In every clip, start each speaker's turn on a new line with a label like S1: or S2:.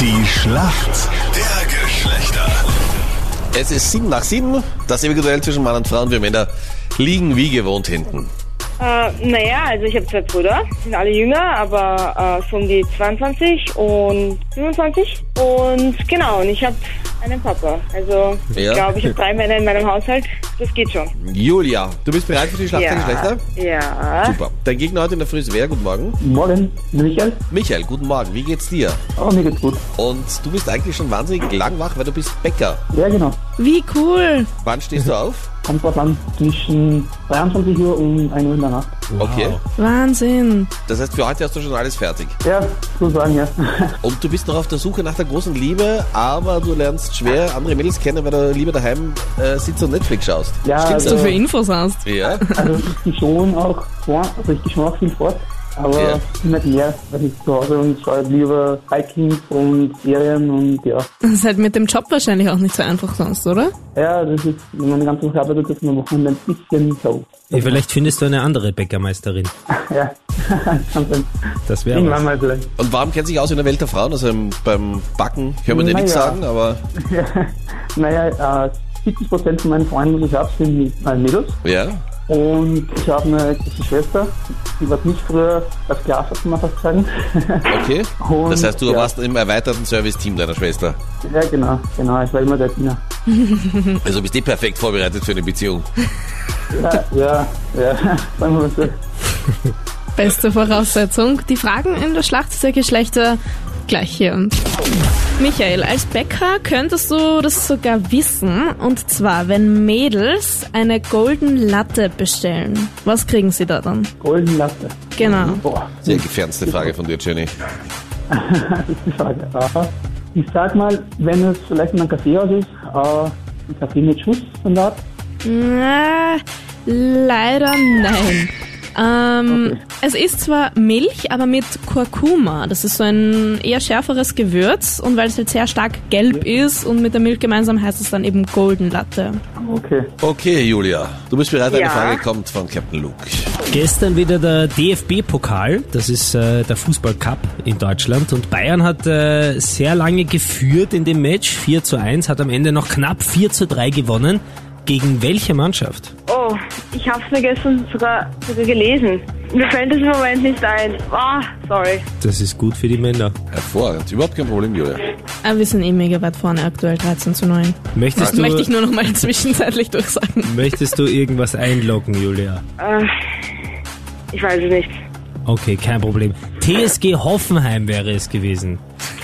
S1: Die Schlacht der Geschlechter.
S2: Es ist sieben nach sieben. Das ewige Duell zwischen Mann und Frau und wir Männer liegen wie gewohnt hinten.
S3: Äh, naja, also ich habe zwei Brüder, die sind alle jünger, aber äh, so um die 22 und 25. Und genau, und ich habe einen Papa. Also
S2: Ja.
S3: ich glaube, ich habe drei Männer in meinem Haushalt. Das geht schon.
S2: Julia, du bist bereit für die Schlacht der Geschlechter?
S3: ja.
S2: Super. Dein Gegner heute in der Früh ist wer? Guten Morgen.
S4: Morgen, Michael.
S2: Michael, guten Morgen. Wie geht's dir?
S4: Oh, mir geht's gut.
S2: Und du bist eigentlich schon wahnsinnig lang wach, weil du bist Bäcker.
S4: Ja, genau.
S5: Wie cool.
S2: Wann stehst du auf?
S4: Kommt drauf an, zwischen 23 Uhr und 1 Uhr in der Nacht.
S2: Okay.
S5: Wahnsinn.
S2: Das heißt, für heute hast du schon alles fertig.
S4: Ja, sozusagen, ja.
S2: Und du bist noch auf der Suche nach der großen Liebe, aber du lernst schwer andere Mädels kennen, weil du lieber daheim äh, sitzt und Netflix schaust.
S4: ja
S5: Was
S4: also,
S5: du für Infos hast.
S2: Ja.
S4: also ich gehe schon auch vor, also ich gehe schon auch viel fort, aber
S2: Ja.
S4: nicht mehr, weil ich zu Hause und schaue halt lieber Hiking und Serien und ja.
S5: Das ist halt mit dem Job wahrscheinlich auch nicht so einfach sonst, oder?
S4: Ja, das ist, wenn man eine ganze Woche arbeitet, ist man am Wochenende ein bisschen so.
S6: Ja, vielleicht findest du eine andere Bäckermeisterin.
S4: Ja, kann sein.
S6: Das wäre
S4: Irgendwann
S6: was.
S4: mal vielleicht.
S2: Und warum kennt sich aus in der Welt der Frauen? Also im, beim Backen können wir dir
S4: Na
S2: nichts
S4: ja.
S2: sagen, aber
S4: Naja, äh, 70% von meinen Freunden, die ich habe, sind mit- äh, Mädels.
S2: ja.
S4: Und ich habe eine große Schwester, die war nicht früher das Glas, hat man fast sagen.
S2: Okay.
S4: Und,
S2: das heißt, du
S4: ja.
S2: warst im erweiterten Service-Team deiner Schwester.
S4: ja, genau, genau, ich war immer der Diener.
S2: Also bist du perfekt vorbereitet für eine Beziehung.
S4: Ja, ja, ja, sagen wir mal so.
S5: Beste Voraussetzung. Die Fragen in der Schlacht der Geschlechter gleich hier. Michael, als Bäcker könntest du das sogar wissen. Und zwar, wenn Mädels eine Golden Latte bestellen. Was kriegen sie da dann?
S4: Golden Latte.
S5: Genau.
S4: Boah,
S2: Hm? Sehr gefernste Frage von dir, Jenny.
S4: das ist die Frage. Aber ich sag mal, wenn es vielleicht in einem Kaffeehaus ist, äh, ein Kaffee mit Schuss und da,
S5: Na, Äh, leider nein. Ähm, Es ist zwar Milch, aber mit Kurkuma. Das ist so ein eher schärferes Gewürz und weil es jetzt sehr stark gelb ist und mit der Milch gemeinsam heißt es dann eben Golden Latte.
S4: okay.
S2: Okay, Julia. Du bist bereit, eine
S3: Ja.
S2: Frage kommt von Captain Luke.
S6: Gestern wieder der DFB-Pokal, das ist äh, der Fußball-Cup in Deutschland. Und Bayern hat äh, sehr lange geführt in dem Match, 4 zu 1, hat am Ende noch knapp 4 zu 3 gewonnen. Gegen welche Mannschaft?
S3: Oh, ich habe es mir gestern sogar, sogar gelesen. Mir fällt es im Moment nicht ein. Ah, sorry.
S6: Das ist gut für die Männer.
S2: Hervorragend. Überhaupt kein Problem, Julia.
S5: Aber wir sind eh mega weit vorne aktuell, 13 zu 9.
S6: Möchtest
S5: Das
S6: du,
S5: möchte ich nur noch mal zwischenzeitlich durchsagen.
S6: möchtest du irgendwas einloggen, Julia?
S3: Äh, ich weiß es nicht.
S6: Okay, kein Problem. TSG Hoffenheim wäre es gewesen.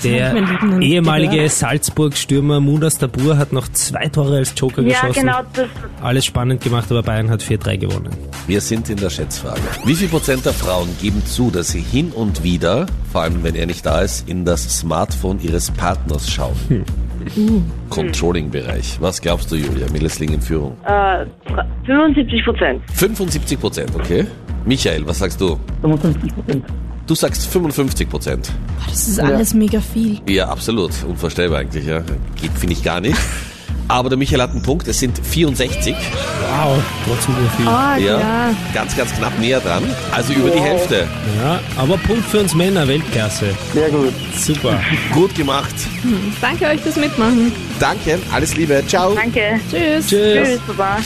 S6: Der
S5: mein Leben noch nicht
S6: ehemalige
S5: gehört.
S6: Salzburg-Stürmer Mudas Tabur hat noch zwei Tore als Joker
S3: Ja,
S6: geschossen.
S3: genau, das,
S6: Alles spannend gemacht, aber Bayern hat 4-3 gewonnen.
S2: Wir sind in der Schätzfrage. Wie viel Prozent der Frauen geben zu, dass sie hin und wieder, vor allem wenn er nicht da ist, in das Smartphone ihres Partners schauen?
S4: Hm.
S2: Controlling-Bereich. Was glaubst du, Julia? Millesling in Führung.
S3: äh, 75 Prozent.
S2: 75 Prozent, okay. Michael, was sagst du?
S4: 55 Prozent.
S2: Du sagst 55 Prozent.
S5: Das ist alles mega viel.
S2: Ja, absolut. Unvorstellbar eigentlich, ja. Geht, finde ich, gar nicht. Aber der Michael hat einen Punkt. Es sind 64.
S6: Wow, trotzdem nur viel.
S5: Ah,
S2: Ja. Ganz, ganz knapp näher dran. Also über die Hälfte.
S6: Ja, aber Punkt für uns Männer, Weltklasse.
S4: Sehr gut.
S6: Super.
S2: Gut gemacht.
S5: Danke euch fürs Mitmachen.
S2: Danke. Alles Liebe. Ciao.
S3: Danke.
S5: Tschüss.
S6: Tschüss.
S3: Tschüss, Baba.